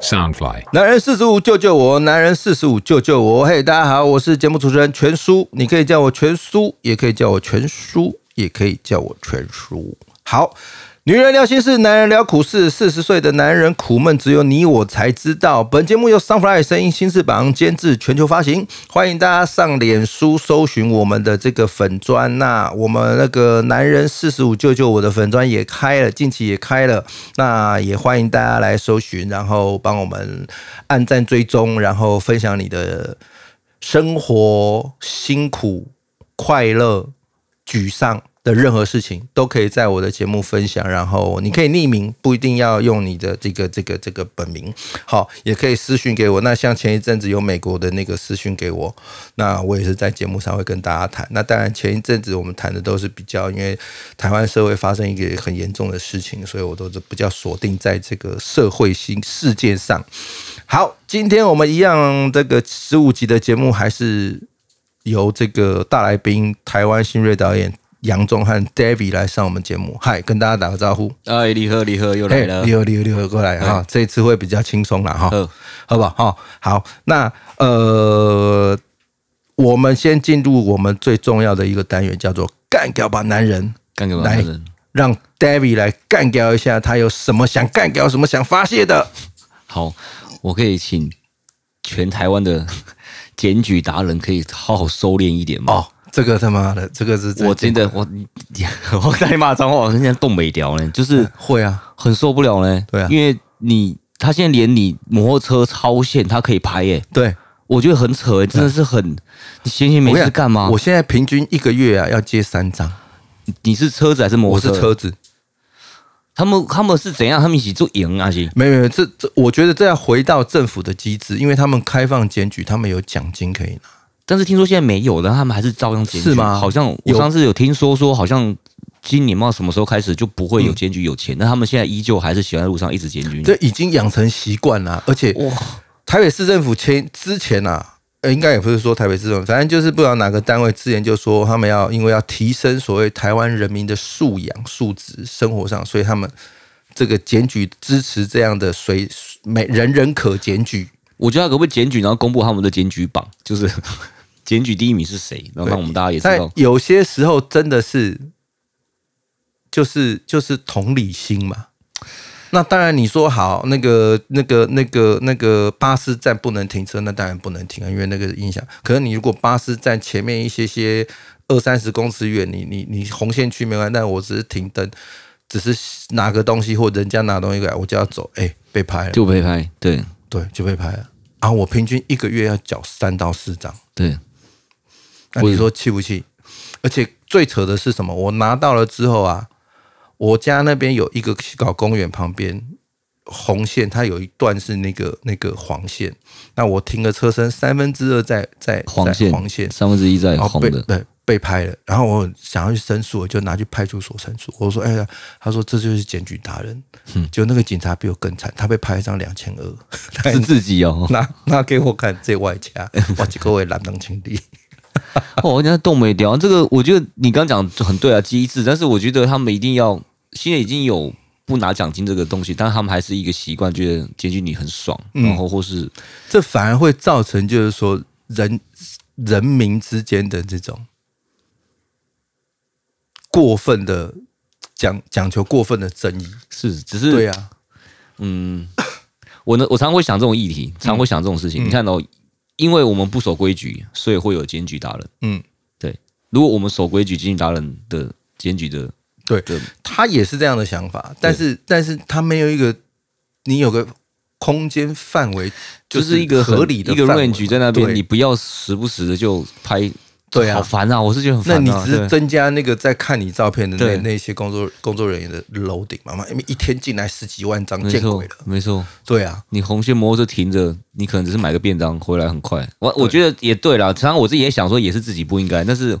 Soundfly。男人四十五救救我，男人四十五救救我。嘿、大家好，我是节目主持人全叔，你可以叫我全叔，也可以叫我全叔，也可以叫我全叔。好，女人聊心事，男人聊苦事。四十岁的男人苦闷，只有你我才知道。本节目由 Sunfly 声音新翅膀监制，全球发行。欢迎大家上脸书搜寻我们的这个粉砖。那我们那个男人四十五救救我的粉砖也开了，近期也开了。那也欢迎大家来搜寻，然后帮我们按赞追踪，然后分享你的生活辛苦、快乐、沮丧的任何事情，都可以在我的节目分享。然后你可以匿名，不一定要用你的这个这个这个本名。好，也可以私讯给我。那像前一阵子有美国的那个私讯给我，那我也是在节目上会跟大家谈。那当然前一阵子我们谈的都是比较，因为台湾社会发生一个很严重的事情，所以我都是比较锁定在这个社会性事件上。好，今天我们一样这个十五集的节目还是由这个大来宾台湾新锐导演杨宗汉 David 来上我们节目。嗨，跟大家打个招呼。哎，李贺，李贺又来了嗯嘿，六六六过来哈，这一次会比较轻松了哈好，好不好？哈，好，那呃，我们先进入我们最重要的一个单元，叫做“干掉吧男人干个”，来男人，让 David 来干掉一下，他有什么想干掉，什么想发泄的。好，我可以请全台湾的 检举达人可以好好收敛一点吗？哦，这个他妈的，这个是我真的我我 在骂脏话，我人家动没掉呢，就是会啊，很受不了呢。对啊因为你他现在连你摩托车超限他可以拍耶，对，我觉得很扯耶，真的是很你闲闲没啊我跟你讲事干嘛？我现在平均一个月啊要接三张，你是车子还是摩我托是车车？子，他们他们是怎样？他们一起做营啊？是没有没有，这这我觉得这要回到政府的机制，因为他们开放检举，他们有奖金可以拿。但是听说现在没有了，他们还是照样检举是吗好像我有上次有听说说，好像今年不知道什么时候开始就不会嗯有检举有钱，那、他们现在依旧还是喜欢在路上一直检举你。这已经养成习惯了，啊而且哇，台北市政府前之前啊，呃，应该也不是说台北市政府，反正就是不知道哪个单位之前就说他们要因为要提升所谓台湾人民的素养、素质、生活上，所以他们这个检举支持这样的随每人人可检举，我觉得他可不可以检举，然后公布他们的检举榜，就是 检举第一名是谁，然后啊让我们大家也知但道。有些时候真的是，就是就是同理心嘛。那当然，你说好那个那个那个那个巴士站不能停车，那当然不能停啊，因为那个影响。可是你如果巴士站前面一些些二三十公尺远，你你你红线区没关系，但我只是停灯，只是拿个东西或人家拿东西过来，我就要走，哎、被拍了，就被拍，对对，就被拍了。啊，我平均一个月要缴三到四张。对，那啊你说气不气？而且最扯的是什么？我拿到了之后啊，我家那边有一个搞公园旁边红线，它有一段是那个那个黄线，那我停个车身三分之二在在黄线在黄线，三分之一在然后红被的，对被拍了，然后我想要去申诉，我就拿去派出所申诉。我说：“哎呀，他说这就是检举达人。”嗯，结果那个警察比我更惨，他被拍一张两千 二，他是自己哦。拿拿给我看这外加，哇，这个我也难当清理。 哦，人家动没掉这个，我觉得你刚讲很对啊，机制。但是我觉得他们一定要，现在已经有不拿奖金这个东西，但他们还是一个习惯，觉得检举你很爽，嗯然后或是这反而会造成就是说人人民之间的这种过分的讲讲求过分的争议。是只是对啊，我呢，我常会想这种议题，常嗯会想这种事情。你看哦，因为我们不守规矩，所以会有检举达人。嗯，对，如果我们守规矩，检举达人的检举的，对对，他也是这样的想法，但是但是他没有一个你有个空间范围，就是是一个很合理的一个范围 range 在那边，对你不要时不时的就拍，对啊好烦啊！我是觉得很烦、那啊。你只是对增加那个在看你照片的那对那些工作工作人员的楼顶嘛嘛，因为一天进来十几万张，没见错鬼了。，没错。对啊，你红线摩托车停着，你可能只是买个便当回来很快。我我觉得也对啦，常常我自己也想说，也是自己不应该，但是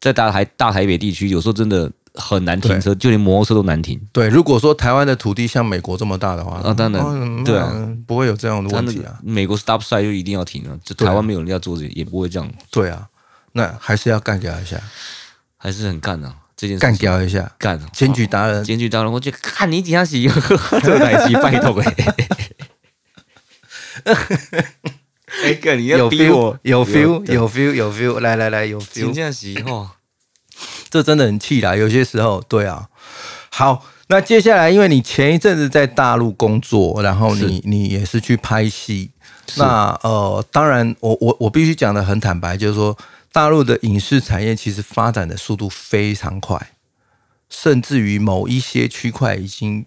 在大台大台北地区，有时候真的很难停车，就连摩托车都难停。对，如果说台湾的土地像美国这么大的话，啊当然嗯对啊嗯不会有这样的他问那题个啊，美国 stop sign 就一定要停啊，就对啊台湾没有人要做这，也不会这样，对啊，那还是要干掉一下，还是很干啊，这件事干情掉一下，干啊检举达人， 检举到了，我就看你底下洗这个奶昔拜托哎、哎哥，你要有逼我 feel，，有 feel，对有 feel，有 feel，来来来，有请 feel，假时哦，这真的很气啦。有些时候，对啊。好，那接下来，因为你前一阵子在大陆工作，然后你你也是去拍戏，那呃，当然，我我我必须讲的很坦白，就是说，大陆的影视产业其实发展的速度非常快，甚至于某一些区块已经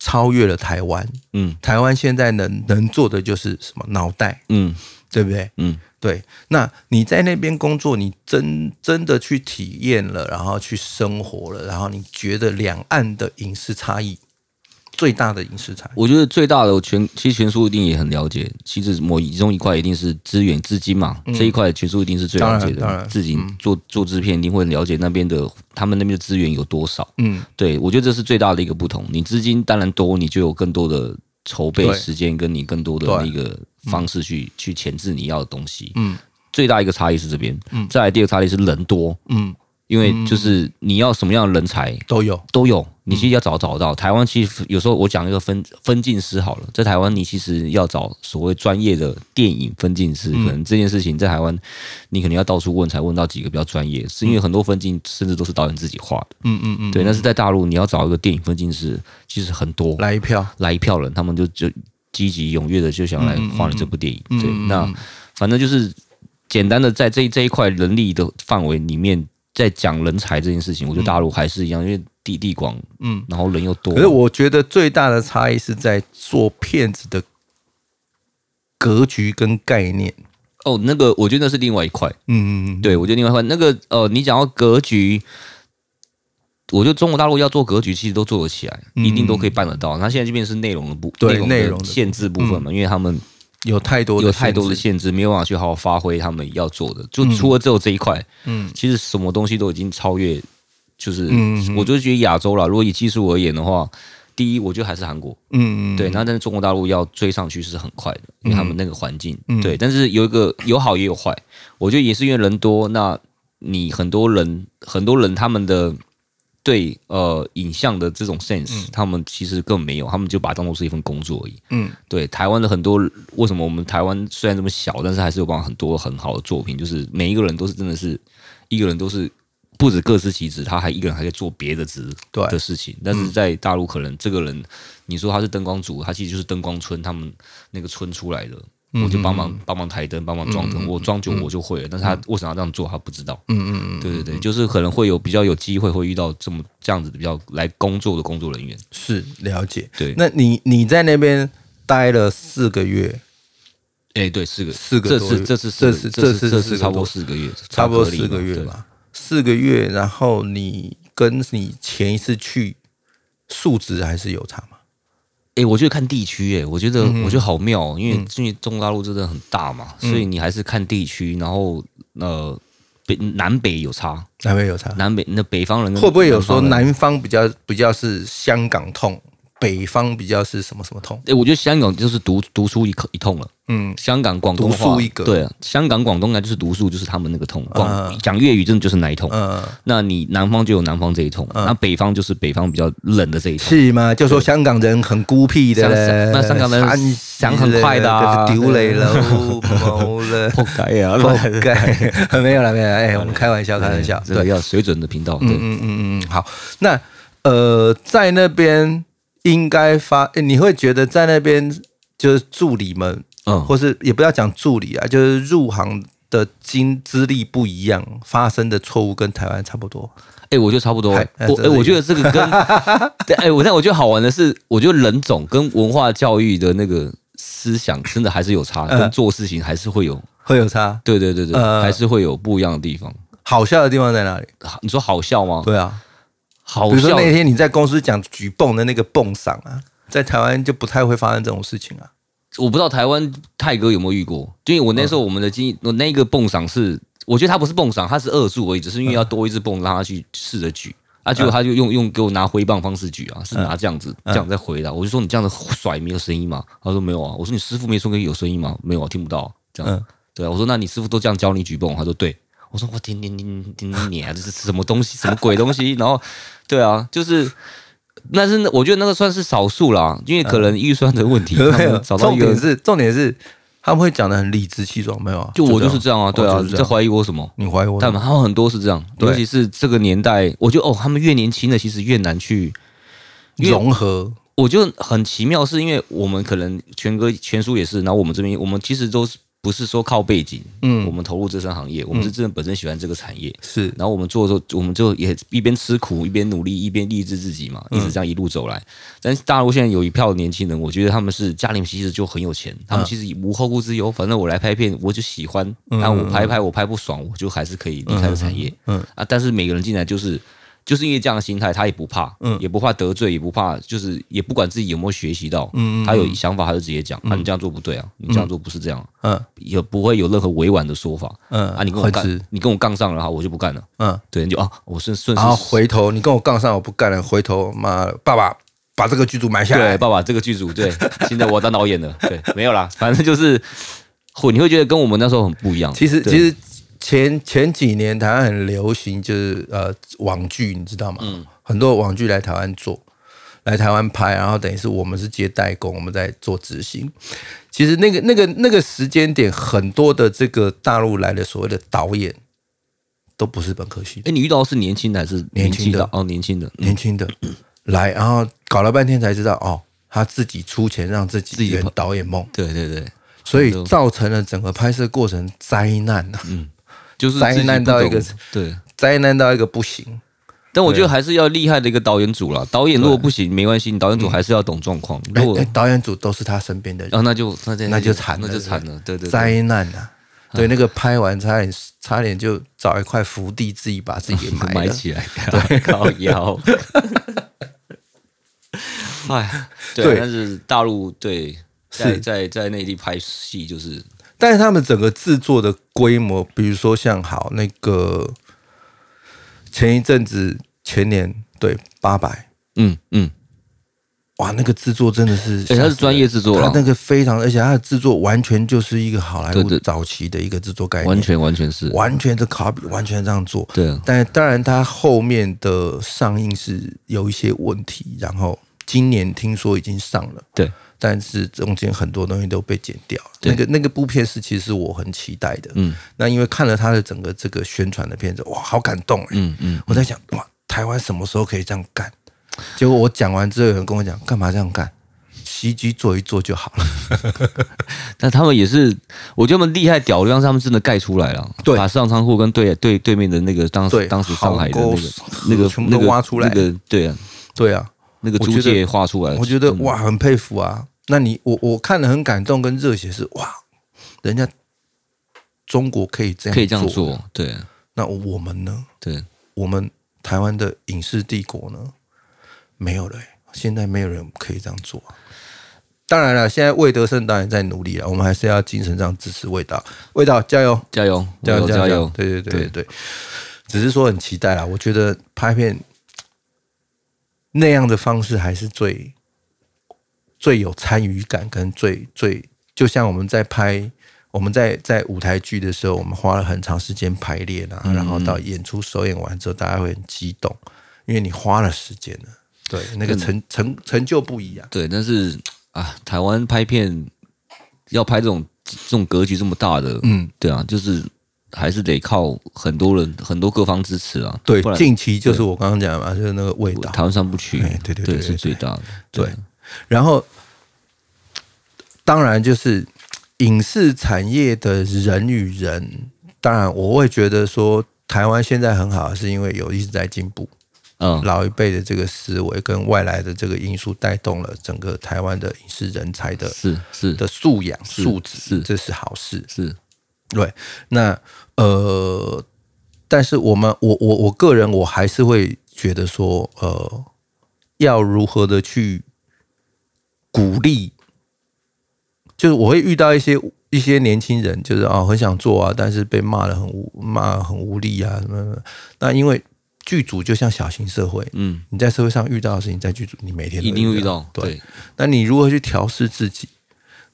超越了台湾。嗯台湾现在能能做的就是什么脑袋，嗯对不对？嗯，对，那你在那边工作，你真真的去体验了，然后去生活了，然后你觉得两岸的饮食差异最大的饮食差异，我觉得最大的我全其实全叔一定也很了解，其实某其中一块一定是资源资金嘛，这一块全叔一定是最了解嗯当然当然嗯的，自己做做制片一定会了解那边的他们那边的资源有多少。嗯，对，我觉得这是最大的一个不同。你资金当然多，你就有更多的筹备对时间，跟你更多的对那个方式去去前置你要的东西。嗯，最大一个差异是这边。嗯，再来第二个差异是人多，嗯，因为就是你要什么样的人才都有，都有，你其实要找找得到。台湾其实有时候我讲一个分分镜师好了，在台湾你其实要找所谓专业的电影分镜师，可能这件事情在台湾你可能要到处问才问到几个比较专业，是因为很多分镜甚至都是导演自己画的。嗯嗯嗯，对，但是在大陆你要找一个电影分镜师，其实很多来一票，来一票人，他们就就积极踊跃的就想来画了这部电影。嗯对，那反正就是简单的在这这一块人力的范围里面，在讲人才这件事情，我觉得大陆还是一样，因为地地广，嗯，然后人又多。可是我觉得最大的差异是在做骗子的格局跟概念，哦，那个我觉得那是另外一块，嗯嗯嗯，对我觉得另外一块那个呃，你讲到格局。我觉得中国大陆要做格局，其实都做得起来，一定都可以办得到。那现在这边是内容的部，嗯对内内容的容的部限制部分嘛，因为他们有太多的有太多的限制限制，没有办法去好好发挥他们要做的。就除了只有这一块，嗯，其实什么东西都已经超越，就是、嗯嗯我就觉得亚洲啦，如果以技术而言的话，第一我觉得还是韩国，嗯嗯，嗯对，那但是中国大陆要追上去是很快的，因为他们那个环境，对，但是有一个有好也有坏，我觉得也是因为人多，那你很多人很多人他们的。对，呃，影像的这种 sense，、他们其实更没有，他们就把它当做是一份工作而已。嗯，对，台湾的很多为什么我们台湾虽然这么小，但是还是有办法很多很好的作品，就是每一个人都是真的是一个人都是不止各司其职，他还一个人还可以做别的职对的事情。但是在大陆可能这个人，你说他是灯光组，他其实就是灯光村他们那个村出来的。我就帮忙帮忙抬灯，帮忙装灯。我装久我就会了，但是他为什么要这样做，他不知道。嗯嗯嗯，对对对，就是可能会有比较有机会会遇到这么这样子的比较来工作的工作人员。是了解。对那你你在那边待了四个月，哎、对，四个，四个这多次月这次这次四个这这次这四个次差不多多四个月，差不多隔离四个嘛月对吧，四个月，然后你跟你前一次去数值还是有差吗？哎、我觉得看地区，哎，我觉得、嗯我觉得好妙、哦，因为因为中国大陆真的很大嘛，所嗯以你还是看地区，然后呃，北南北有差，南北有差，南北那北方人跟会不会有说南方人？南方比较比较是香港痛，北方比较是什么什么痛？哎、我觉得香港就是独独树一口一通了。嗯，香港广东话独树一格对，啊香港广东来就是独树，就是他们那个通，啊广讲粤语真的就是那一通。呃，那你南方就有南方这一通，嗯那北方就是北方比较冷的这一通。 是吗？就说香港人很孤僻的香嘞，那香港人三想很快的啊。就是丢雷了，毛了该啊 呀覆盖没有了，没有了，哎、我们开玩笑，开玩笑，哎这个要水准的频道，嗯对，嗯嗯，嗯，好，那呃，在那边应该发，诶你会觉得在那边就是助理们，嗯或是也不要讲助理啊，就是入行的经资历不一样，发生的错误跟台湾差不多。哎，我觉得差不多，我嗨哎这哎，个我觉得 这个跟，对，哎，我但我觉得好玩的是，我觉得人种跟文化教育的那个思想真的还是有差，嗯跟做事情还是会有，会有差，对对对呃对，还是会有不一样的地方。好笑的地方在哪里？好你说好笑吗？对啊，比好如说笑那天你在公司讲举泵的那个泵嗓啊，在台湾就不太会发生这种事情啊。我不知道台湾泰哥有没有遇过，因为我那时嗯候我们的经，我那个蹦赏是，我觉得他不是蹦赏，他是二柱而已，只是因为要多一只蹦让他去试着举。啊！结果他就用用给我拿挥棒方式举啊，是拿这样子，这样再回答。我就说你这样子甩没有声音吗？他说没有啊。我说你师傅没说跟你有声音吗？没有啊，听不到啊。这样嗯，对啊。我说那你师傅都这样教你举蹦？他说对。我说我天天天天天你啊，这是什么东西？什么鬼东西？然后，对啊，就是但是那我觉得那个算是少数啦，因为可能预算的问题，他没有们找到重一个点，是重点是他们会讲的很理直气壮，没有啊？就我这就样是这样啊，对我啊就是，这在样怀疑我什么？你怀疑我他们还有很多是这样，对尤其是这个年代，我觉得哦，他们越年轻的其实越难去。因为融合，我觉得很奇妙，是因为我们可能全哥全叔也是，然后我们这边我们其实都是不是说靠背景，我嗯，们投入这项行业，我们是真的本身喜欢这个产业，是然后我们做的时候，我们就也一边吃苦，一边努力，一边励志自己嘛，一直这样一路走来。但是大陆现在有一票年轻人，我觉得他们是家里其实就很有钱，他们其实无后顾之忧，反正我来拍片，我就喜欢，那、我拍一拍，我拍不爽，我就还是可以离开这产业。嗯嗯嗯啊，但是每个人进来就是。就是因为这样的心态，他也不怕，嗯也不怕得罪，也不怕，就是也不管自己有没有学习到，嗯嗯他有想法他就直接讲，啊，你这样做不对啊，你这样做不是这样啊，嗯也不会有任何委婉的说法，嗯啊，你跟我很干直，，你跟我杠上了哈，我就不干了。嗯，对，你就啊，我顺顺势然后回头你跟我杠上，我不干了，回头妈的爸爸把这个剧组买下对来，爸爸这个剧组，对， 现在我要当导演了，对，没有啦，反正就是会你会觉得跟我们那时候很不一样。其实对其实前前几年台湾很流行就是呃网剧，你知道吗？嗯很多网剧来台湾做，来台湾拍，然后等于是我们是接代工，我们在做执行。其实那个那个那个时间点，很多的这个大陆来的所谓的导演都不是本科系的，哎，你遇到的是年轻的还是年轻的纪大哦，年轻的，嗯年轻的来，然后搞了半天才知道哦。他自己出钱让自自己己圆导演梦，对对对，所以造成了整个拍摄过程灾难呐、嗯就是灾自己难不到一懂个对。灾难到一个不行。但我觉得还是要厉害的一个导演组啦。导演如果不行没关系，你导演组还是要懂状况。哎、如果嗯哎导演组都是他身边的人，啊，那就那就那就惨了那就惨了。对对，对灾难啊！对，那个拍完差点差点就找一块福地自己把自己给埋 埋了。起来，靠腰。 哎，对对，但是大陆对在是在在内地拍戏就是但是他们整个制作的规模，比如说像好那个前一阵子前年对八百嗯嗯，哇，那个制作真的是，哎、他是专业制作他了那，个非常，而且他的制作完全就是一个好莱对坞对早期的一个制作概念，哎完全完全是，完全的 copy，完全这样做。对啊，但当然，它后面的上映是有一些问题，然后今年听说已经上了，对，但是中间很多东西都被剪掉了。对那个那个部片是其实我很期待的，嗯那因为看了他的整个这个宣传的片子，哇，好感动、欸，嗯嗯，我在想，哇，台湾什么时候可以这样干？结果我讲完之后，有人跟我讲，干嘛这样干？CG 做一做就好了。 但他们也是，我觉得他们厉害屌，让他们真的盖出来了，对把上仓库跟对对对面的那个当对时当时上海的壕那沟个那个 全部那都个挖出来那个对啊，对啊，那个我觉租得界画出来，我觉得哇，很佩服啊。那你我我看了很感动跟热血是哇，人家中国可以这样可以这样做，做，对那我们呢？对，我们台湾的影视帝国呢？没有了欸、现在没有人可以这样做啊、当然了，现在魏德胜导演在努力了，我们还是要精神上支持魏导，魏导加油！加油加油加加油油！！对对对对对，只是说很期待啦。我觉得拍片那样的方式还是最最有参与感，跟最最就像我们在拍我们在在舞台剧的时候，我们花了很长时间排练啊，然后到演出首演完之后，大家会很激动，因为你花了时间了。对，那个成成成就不一样。对，但是啊，台湾拍片要拍这种这种格局这么大的，嗯，对啊，就是还是得靠很多人很多各方支持啊，对不，然近期就是我刚刚讲的嘛，就是那个味道。台湾三部曲哎，对对对对是最大的，对，嗯然后当然就是影视产业的人与人，当然我会觉得说台湾现在很好，是因为有一直在进步，嗯，老一辈的这个思维跟外来的这个因素带动了整个台湾的影视人才的是是的素养是素质，是这是好事。是，对，那呃，但是我们我我我个人我还是会觉得说，呃，要如何的去鼓励，就是我会遇到一些一些年轻人，就是啊、很想做啊，但是被骂的很无骂得很无力啊什么什么。那因为剧组就像小型社会，嗯，你在社会上遇到的事情，在剧组你每天都一定会遇到，对对，那你如何去调试自己？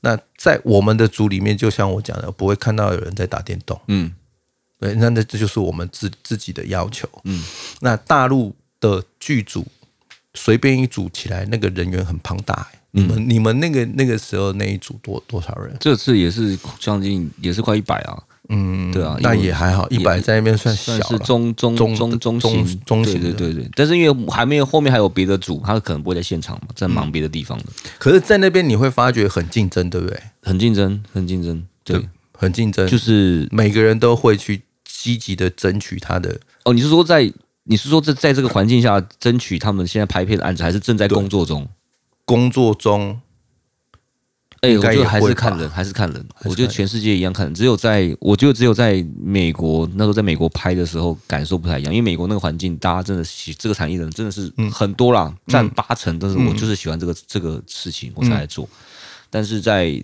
那在我们的组里面，就像我讲的，不会看到有人在打电动，嗯，对，那那这就是我们自自己的要求。嗯，那大陆的剧组随便一组起来，那个人员很庞大、欸。你们、嗯你们那个那个时候那一组多多少人？这次也是将近也是快一百啊，嗯，对啊那因为也还好，一也百在那边算小算了，是中中中中中型中型对对的对对。但是因为还没有后面还有别的组，他可能不会在现场嘛，嗯在忙别的地方的，可是，在那边你会发觉很竞争，对不对？很竞争，很竞争。对，很竞争，就就是是每个人都会去积极的争取他的哦，你是说在你是说这在这个环境下争取他们现在拍片的案子，还是正在工作中？工作中，哎、应我该觉得也还会是吧看人，还是看人。我觉得全世界一样看人，只有在我觉得只有在美国那时候在美国拍的时候感受不太一样，因为美国那个环境，大家真的喜这个产业的人真的是嗯很多啦，占八成。但是我就是喜欢这个、这个事情，我才来做。嗯但是在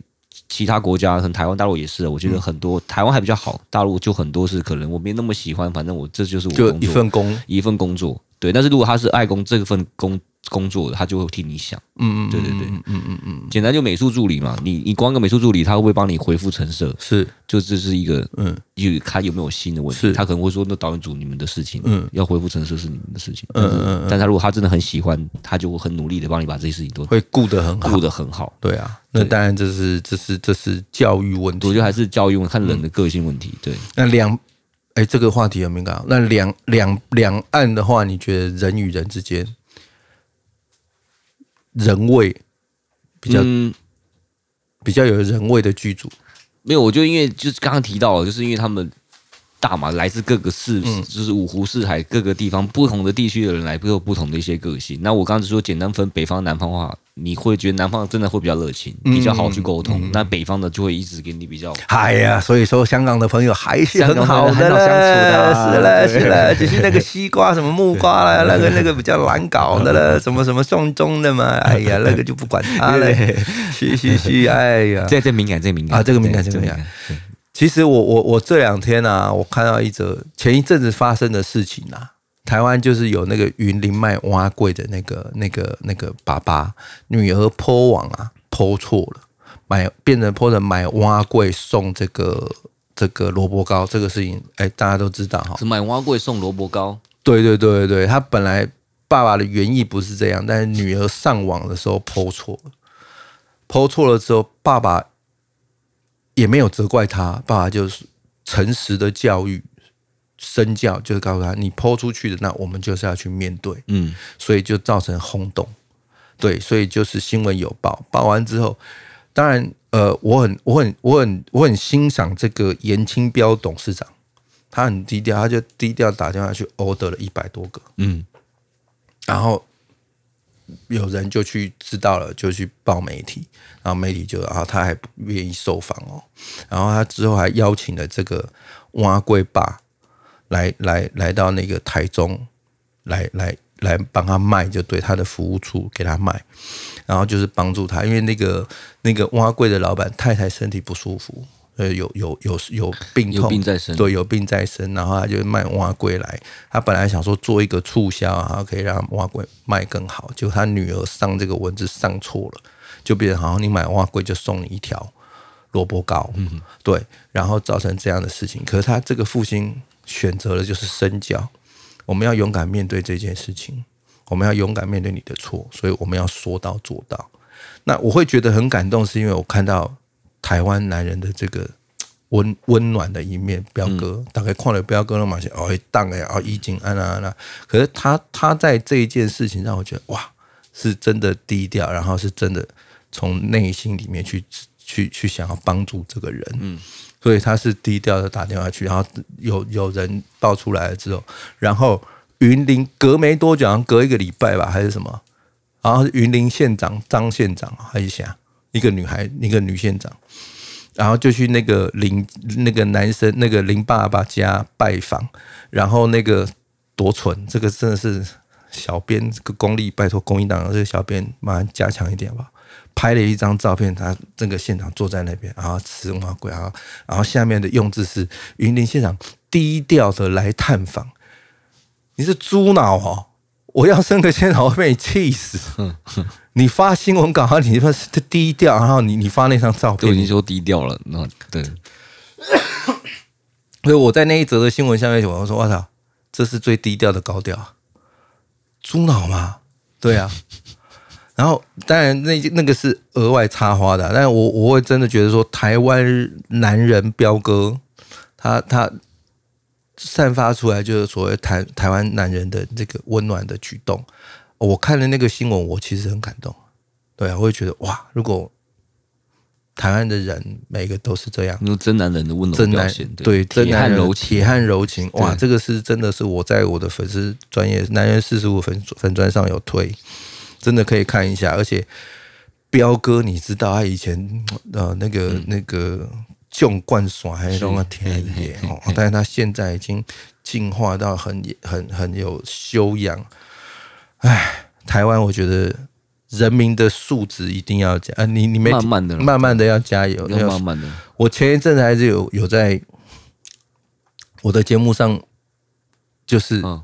其他国家，可能台湾、大陆也是，我觉嗯得很多、台湾还比较好，大陆就很多是可能我没那么喜欢，反正我这就是我就工一作份工，一份工作。对，但是如果他是爱工这份工工作的，他就会替你想。嗯嗯，对对对，嗯嗯嗯，简单就美术助理嘛，你你光个美术助理，他会不会帮你回复成色？是就这是一个，嗯嗯，有看有没有新的问题，是他可能会说，那导演组你们的事情，嗯嗯，要回复成色是你们的事情，嗯嗯嗯嗯嗯但他如果他真的很喜欢，他就会很努力的帮你把这些事情都会顾得很好顾。得很好。对啊，那当然这是这是这是教育问我觉题。得还是教育问看人的个性问题，对，那两哎，这个话题很敏感哦。那两两两岸的话，你觉得人与人之间人味比较、嗯，比较有人味的剧组，没有，我就因为就是刚刚提到了，就是因为他们大嘛，来自各个市，嗯就是五湖四海各个地方不同的地区的人来，会有不同的一些个性。那我刚才说简单分北方南方的话，你会觉得南方真的会比较热情，嗯比较好去沟通，那北方的就会一直给你比较。哎呀，所以说香港的朋友还是很好的香港朋友很好相处的啊是了对是了，只是那个西瓜什么木瓜啦，那个那个比较难搞的了，什么什么送终的嘛，哎呀，那个就不管它 了，去去去，哎呀。这这敏感，这敏感啊这个敏感对这个敏感。其实我我我这两天啊，我看到一则前一阵子发生的事情啊，台湾就是有那个云林卖蛙贵的那个那个那个爸爸女儿剖网啊，剖错了，买变成剖成买蛙贵送这个这个萝卜糕这个事情，哎，大家都知道哈。是买蛙贵送萝卜糕，对对对对对，他本来爸爸的原意不是这样，但是女儿上网的时候剖错了，剖错了之后，爸爸也没有责怪他，爸爸就是诚实的教育。身教就是告诉他，你剖出去的，那我们就是要去面对，嗯，所以就造成轰动。对，所以就是新闻有报，报完之后，当然，呃，我很我很我很我很欣赏这个严清标董事长，他很低调，他就低调打电话去 order 了一百多个，嗯，然后有人就去知道了，就去报媒体，然后媒体就，然后他还不愿意受访哦，然后他之后还邀请了这个蛙贵爸来来来到那个台中，来来来帮他卖，就对他的服务处给他卖，然后就是帮助他，因为那个那个蛙贵的老板太太身体不舒服。呃，有有有有病痛，有病在身，对，有病在身，然后他就卖蛙龟来。他本来想说做一个促销啊，然后可以让蛙龟卖更好，结果他女儿上这个文字上错了，就变成好像你买蛙龟就送你一条萝卜糕，嗯，对，然后造成这样的事情。可是他这个父亲选择的就是身教，我们要勇敢面对这件事情，我们要勇敢面对你的错，所以我们要说到做到。那我会觉得很感动，是因为我看到台湾男人的这个温温暖的一面。彪哥，大概看了彪哥那马些哦，会当哎，哦，衣锦安啊安啊。可是他他在这一件事情让我觉得哇，是真的低调，然后是真的从内心里面去去去想要帮助这个人。嗯，所以他是低调的打电话去，然后有有人爆出来了之后，然后云林隔没多久，好像隔一个礼拜吧，还是什么。然后是云林县长张县长还是谁啊？一个女孩，一个女县长，然后就去那个林那个男生那个林爸爸家拜访，然后那个多蠢，这个真的是小编这个功力，拜托公民党的这个小编马上加强一点吧。拍了一张照片，他这个县长坐在那边，然后吃蛙龟，然后然后下面的用字是云林县长低调的来探访，你是猪脑哦！我要生个县长会被你气死。你发新闻稿，然后你他妈是低调，然后你你发那张照都片已，经说低调了，那对，所以我在那一则的啊新闻下面写，我说：“我操，这是最低调的高调，猪脑嘛，对啊。 然后，当然那那个是额外插花的啊，但是我我会真的觉得说，台湾男人彪哥，他他散发出来就是所谓台台湾男人的这个温暖的举动。我看了那个新闻，我其实很感动。对啊，我会觉得哇，如果台湾的人每个都是这样，那种真男人的温柔真表男现，对真铁男汉人柔情铁，汉柔情，哇，对这个是真的是我在我的粉丝专业男人四十五粉粉砖上有推，真的可以看一下。而且彪哥，你知道他以前呃那个、嗯那个旧灌耍还弄个天野哦，但是他现在已经进化到很很很有修养。唉，台湾我觉得人民的素质一定要加，呃，你你没慢慢地啦慢慢的要加油，要慢慢的，我前一阵子还是有有在我的节目上，就是嗯，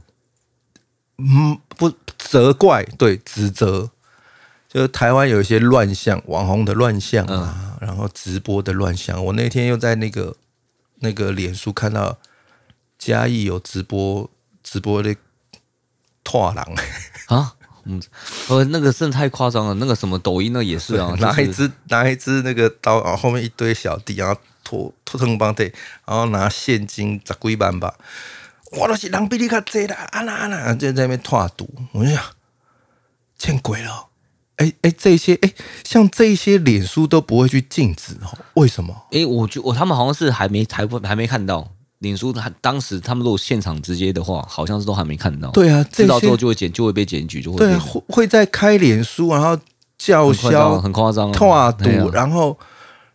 嗯不责怪，对指责，就是台湾有一些乱象，网红的乱象啊，然后直播的乱象。我那天又在那个那个脸书看到嘉义有直播直播的拓郎，啊，嗯，呃，那个真的太夸张了，那个什么抖音那也 是啊，拿就一是只拿一只那个刀，然后后面一堆小弟，然后拖拖藤帮队，然后拿现金十几万吧，我都是人比你较济啦，啊啦啊啦，就在那边拓赌，我就想见鬼了哦。哎哎，这些哎，像这些脸书都不会去禁止哦，为什么？诶，我觉我他们好像是还没还不还没看到，脸书他当时他们如果现场直接的话，好像是都还没看到。对啊这知道些之后就会检就会被检举，就会对被啊，会会在开脸书，然后叫很夸张啊嚣很夸张啊，拓对啊赌，然后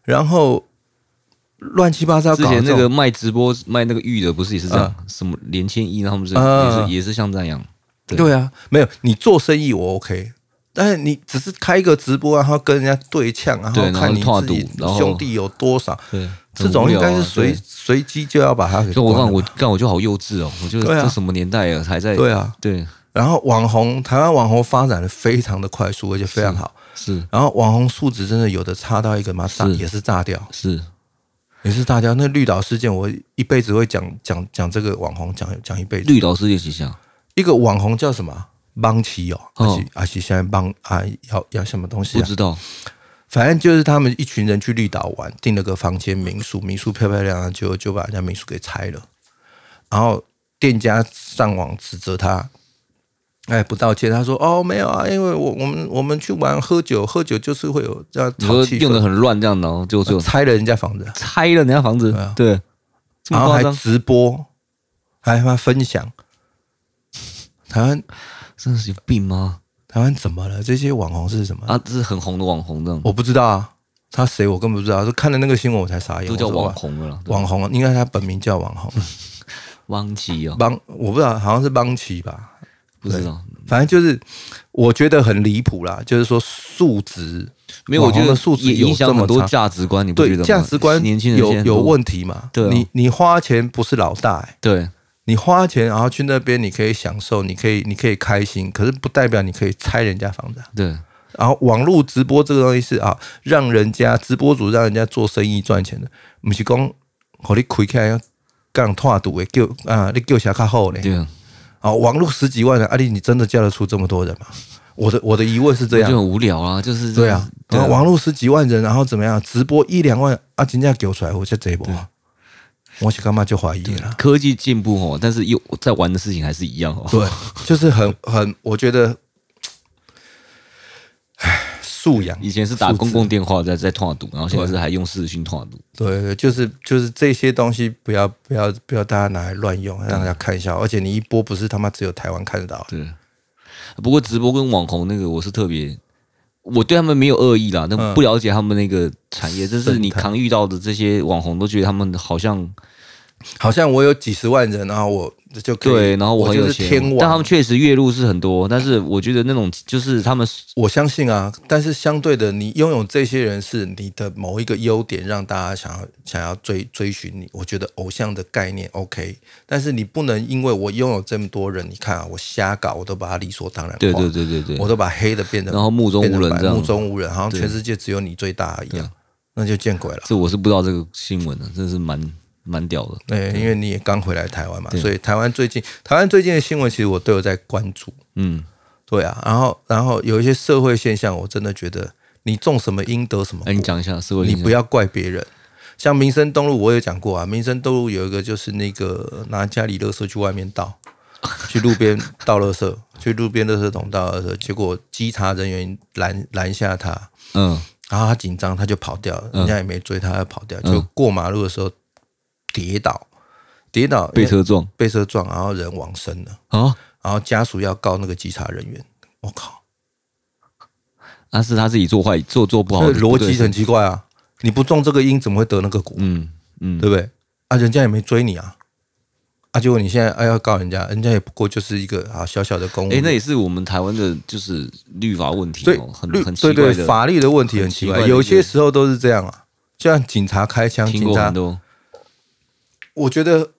然后乱七八糟之搞前这那种嗯个卖直播卖那个玉的，不是也是这样？什么连千亿，他们是、啊也是也是像这样。对对啊，没有你做生意我 OK，但是你只是开一个直播，然后跟人家对呛，然后对然后看你跨自己度然后兄弟有多少，对，这种应该是随所随机就要把它给啊以我关看了我看我就好幼稚哦，我觉得对啊这什么年代啊，还在对啊，对然后网红台湾网红发展的非常的快速，而且非常好，是然后网红素质真的有的差到一个妈炸是也是炸掉，是也是炸掉。那绿岛事件我一辈子会讲讲讲这个网红讲讲一辈子，绿岛世界形象，一个网红叫什么？邦奇哦，哦而且而且现在邦啊要要什么东西不啊？知道反正就是他们一群人去绿岛玩，订了个房间民宿，民宿漂漂亮亮，就就把人家民宿给拆了。然后店家上网指责他，哎，不道歉。他说：“哦，没有啊，因为我我们我们去玩喝酒，喝酒就是会有这样你说吵气用的氛，很乱这样，然后就就拆了人家房子，拆了人家房子对啊，对，这然么后夸还张，直播，还他妈分享。台湾真的是有病吗？台湾怎么了？这些网红是什么？啊，这是很红的网红这样，我不知道啊，他谁我根本不知道。就看了那个新闻我才傻眼，都叫我说哇网红了啦，对网红，应该他本名叫网红。”汪奇哦，邦，我不知道，好像是邦奇吧，不知道，反正就是我觉得很离谱啦，就是说素质没有，我网觉红得的素质也有影这响么很多差，价值观，你不觉对得吗价值观年轻人有现在都有问题嘛？对啊你你花钱不是老大、欸，对你花钱然后去那边你可以享受，你可以你可以开心，可是不代表你可以拆人家房子啊、对然后网络直播这个东西是啊，让人家直播主让人家做生意赚钱的，不是讲和你开起来干拓赌的，叫啊你叫啥较好嘞？对啊，啊，网络十几万人，阿、啊丽，你真的叫得出这么多人吗？我的我的疑问是这就样，很无聊啊，就是对啊，对然啊后网络十几万人，然后怎么样？直播一两万，啊，真正给我出来，我这这波，我是干嘛就怀疑了？科技进步哦，但是又在玩的事情还是一样哦，对，就是很很，我觉得，唉，素养，以前是打数字公共电话在在拓赌，然后现在是还用视讯拓赌，对，对就是就是这些东西不要不要不要大家拿来乱用，让大家看一下，而且你一播不是他妈只有台湾看得到，对。不过直播跟网红那个，我是特别，我对他们没有恶意啦，嗯但不了解他们那个产业，这是你常遇到的这些网红都觉得他们好像好像我有几十万人，然后我就可以对，然后我很有就是钱，天王，但他们确实月入是很多，但是我觉得那种就是他们我相信啊，但是相对的，你拥有这些人是你的某一个优点，让大家想要想要追追寻你。我觉得偶像的概念 OK，但是你不能因为我拥有这么多人，你看啊，我瞎搞，我都把它理所当然化，对对对对对，我都把黑的变得然后目中无变人成白这样目中无人，好像全世界只有你最大一样，那就见鬼了。这我是不知道这个新闻的，真是蛮蛮屌的。对，哎因为你也刚回来台湾嘛，所以台湾最近台湾最近的新闻，其实我都有在关注。嗯，所对啊，然后然后有一些社会现象，我真的觉得你种什么因得什么果哎，你，讲一下社会，你不，要怪别人。像民生东路，我也讲过啊，民生东路有一个就是那个拿家里垃圾去外面 倒，去路边倒垃圾，去路边垃圾桶倒垃圾，结果稽查人员拦拦下他，嗯，然后他紧张，他就跑掉了，人家也没追他，他就跑掉，就嗯过马路的时候跌倒，跌倒被车撞被车撞，然后人往生了，啊，然后家属要告那个稽查人员，我靠，那啊是他自己做坏，做做不好这的，逻辑不对很奇怪啊！你不种这个因，怎么会得那个果？嗯嗯，对不对？啊，人家也没追你啊，啊，结果你现在哎要告人家，人家也不过就是一个啊小小的公务哎，那员，也是我们台湾的，就是律法问题所以哦，很律很奇对怪对的，法律的问题很奇很奇怪怪，的一个有些时候都是这样啊，就像警察开枪，听警过察很多，我觉得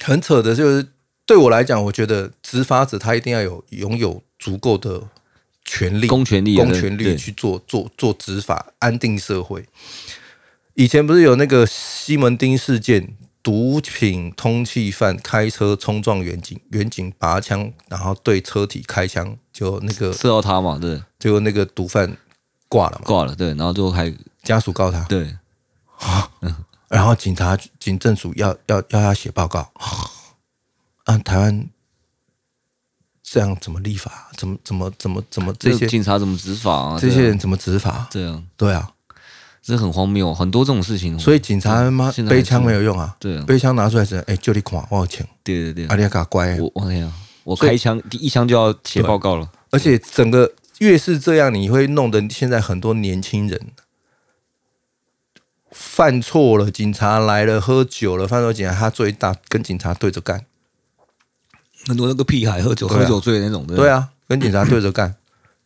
很扯的，就是对我来讲，我觉得执法者他一定要有拥有足够的权利、公权力的公权力对去做做做执法，安定社会。以前不是有那个西门町事件，毒品通缉犯开车冲撞远警，远警拔枪，然后对车体开枪，就那个射到他嘛，对，就那个毒贩挂了嘛，挂了，对，然后最后还家属告他，对，然后警察警政署要要要他写报告，啊，台湾这样怎么立法？怎么怎么怎么怎么这些警察怎么执法啊？这对些啊人怎么执法？这样，对啊，这很荒谬，很多这种事情。所以警察他妈嗯现在还背枪没有用啊，对啊，背枪拿出来是哎，就你看我有钱，啊对对对，阿里嘎乖，嗯我我哎呀，我所以开枪第一枪就要写报告了，而且整个越是这样，你会弄得现在很多年轻人犯错了，警察来了，喝酒了，犯错警察他最大跟警察对着干，很多那个屁孩喝酒对啊喝酒醉的那种的，对啊，跟警察对着干，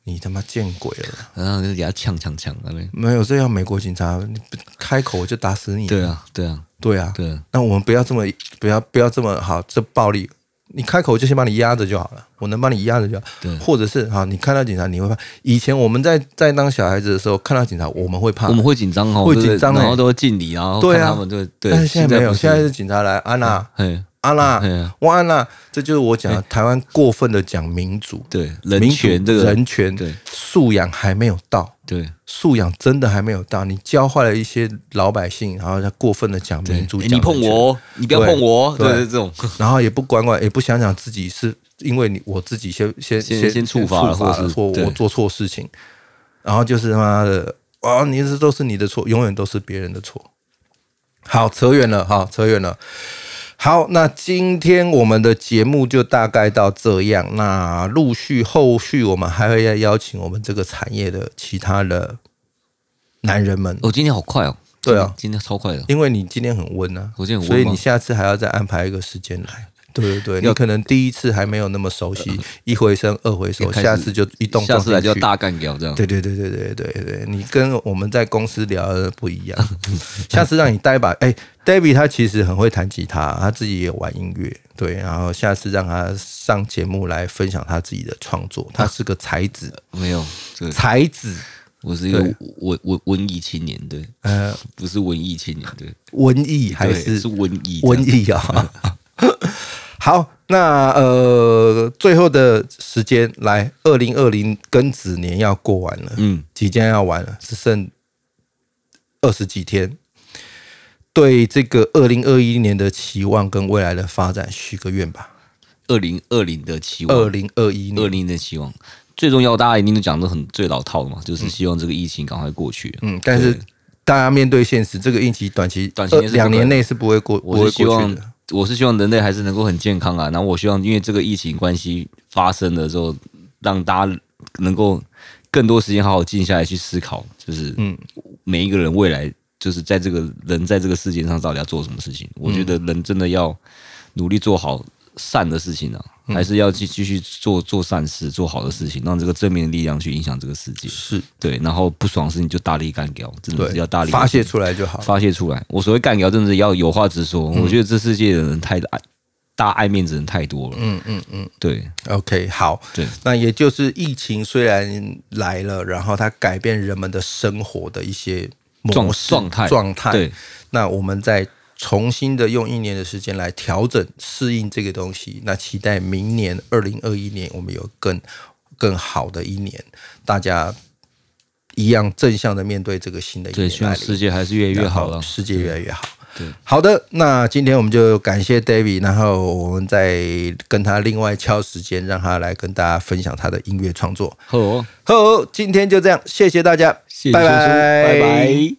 你他妈见鬼了！然后就给他呛呛呛啊那边。没有这样，美国警察你不开口我就打死你。对啊，对啊，对啊，对啊，那我们不要这么不要不要这么好，这暴力，你开口就先把你压着就好了，我能把你压着就好。对或者是啊好，你看到警察你会怕。以前我们在在当小孩子的时候，看到警察我们会怕我，们会紧张哦，啊会对不对紧张欸然后都会敬礼，然后对啊看他们对对，但是现在没有，不是现在是警察来，安娜嘿安娜嘿啊，哇安娜，这就是我讲的台湾过分的讲民主，对人民主权这个人权对素养还没有到。对素养真的还没有到，你教坏了一些老百姓，然后他过分的讲对，民主，欸讲你碰人权我哦，你不要对碰我哦，对对对，这种然后也不管管，也不想想自己是因为你我自己先先先先先触发了触或是或对我做错事情，然后就是他妈的啊，你这都是你的错，永远都是别人的错。好，扯远了，好，扯远了。好，那今天我们的节目就大概到这样。那陆续后续我们还会再邀请我们这个产业的其他的男人们， 哦，今天好快哦，对啊今天今天超快的，因为你今天很温啊，我今天很所温以吗你下次还要再安排一个时间来。对对对，你可能第一次还没有那么熟悉，一回生二回熟，呃开始下次就一动下次来就就要。大干掉这样，对对对对对对对，你跟我们在公司聊的不一 样。下次让你待吧。哎，David 他其实很会弹吉他，他自己也有玩音乐。对，然后下次让他上节目来分享他自己的创作。他是个才子，没有，对，才子，我是一个对文文文艺青年，对，呃，不是文艺青年，对，文艺还对是是文艺这样瘟疫啊、 好，那呃，最后的时间来，二零二零庚子年要过完了，嗯，即将要完了，只剩二十几天。对这个二零二一年的期望跟未来的发展许个愿吧。二零二零的期望，二零二一二年，零的期望，最重要，大家一定都讲的很最老套的嘛，就是希望这个疫情赶快过去。嗯，但是大家面对现实，这个疫情短期短期呃内是不可能两年内是不会过，不我会是希过去望的。，我是希望人类还是能够很健康啊。然后我希望，因为这个疫情关系发生的时候，让大家能够更多时间好好静下来去思考，就是嗯，每一个人未来就是在这个人在这个世界上到底要做什么事情。嗯我觉得人真的要努力做好善的事情啊，嗯还是要继继续做做善事，做好的事情，让这个正面力量去影响这个世界。是对，然后不爽的事情就大力干掉，真的对是要大力发泄出来就好了。发泄出来。我所谓干掉，真的是要有话直说。嗯我觉得这世界的人太爱，大爱面子的人太多了。嗯嗯嗯对， ，OK，好，对，那也就是疫情虽然来了，然后它改变人们的生活的一些状模式状态状态。对，那我们再重新的用一年的时间来调整适应这个东西。那期待明年二零二一年，我们有更更好的一年，大家一样正向的面对这个新的一对，年希来望临世界还是越来越好了。世界越来越好。对，好的，那今天我们就感谢 David，然后我们再跟他另外敲时间，让他来跟大家分享他的音乐创作。好哦，好，今天就这样，谢谢大家，谢谢叔叔，拜拜拜拜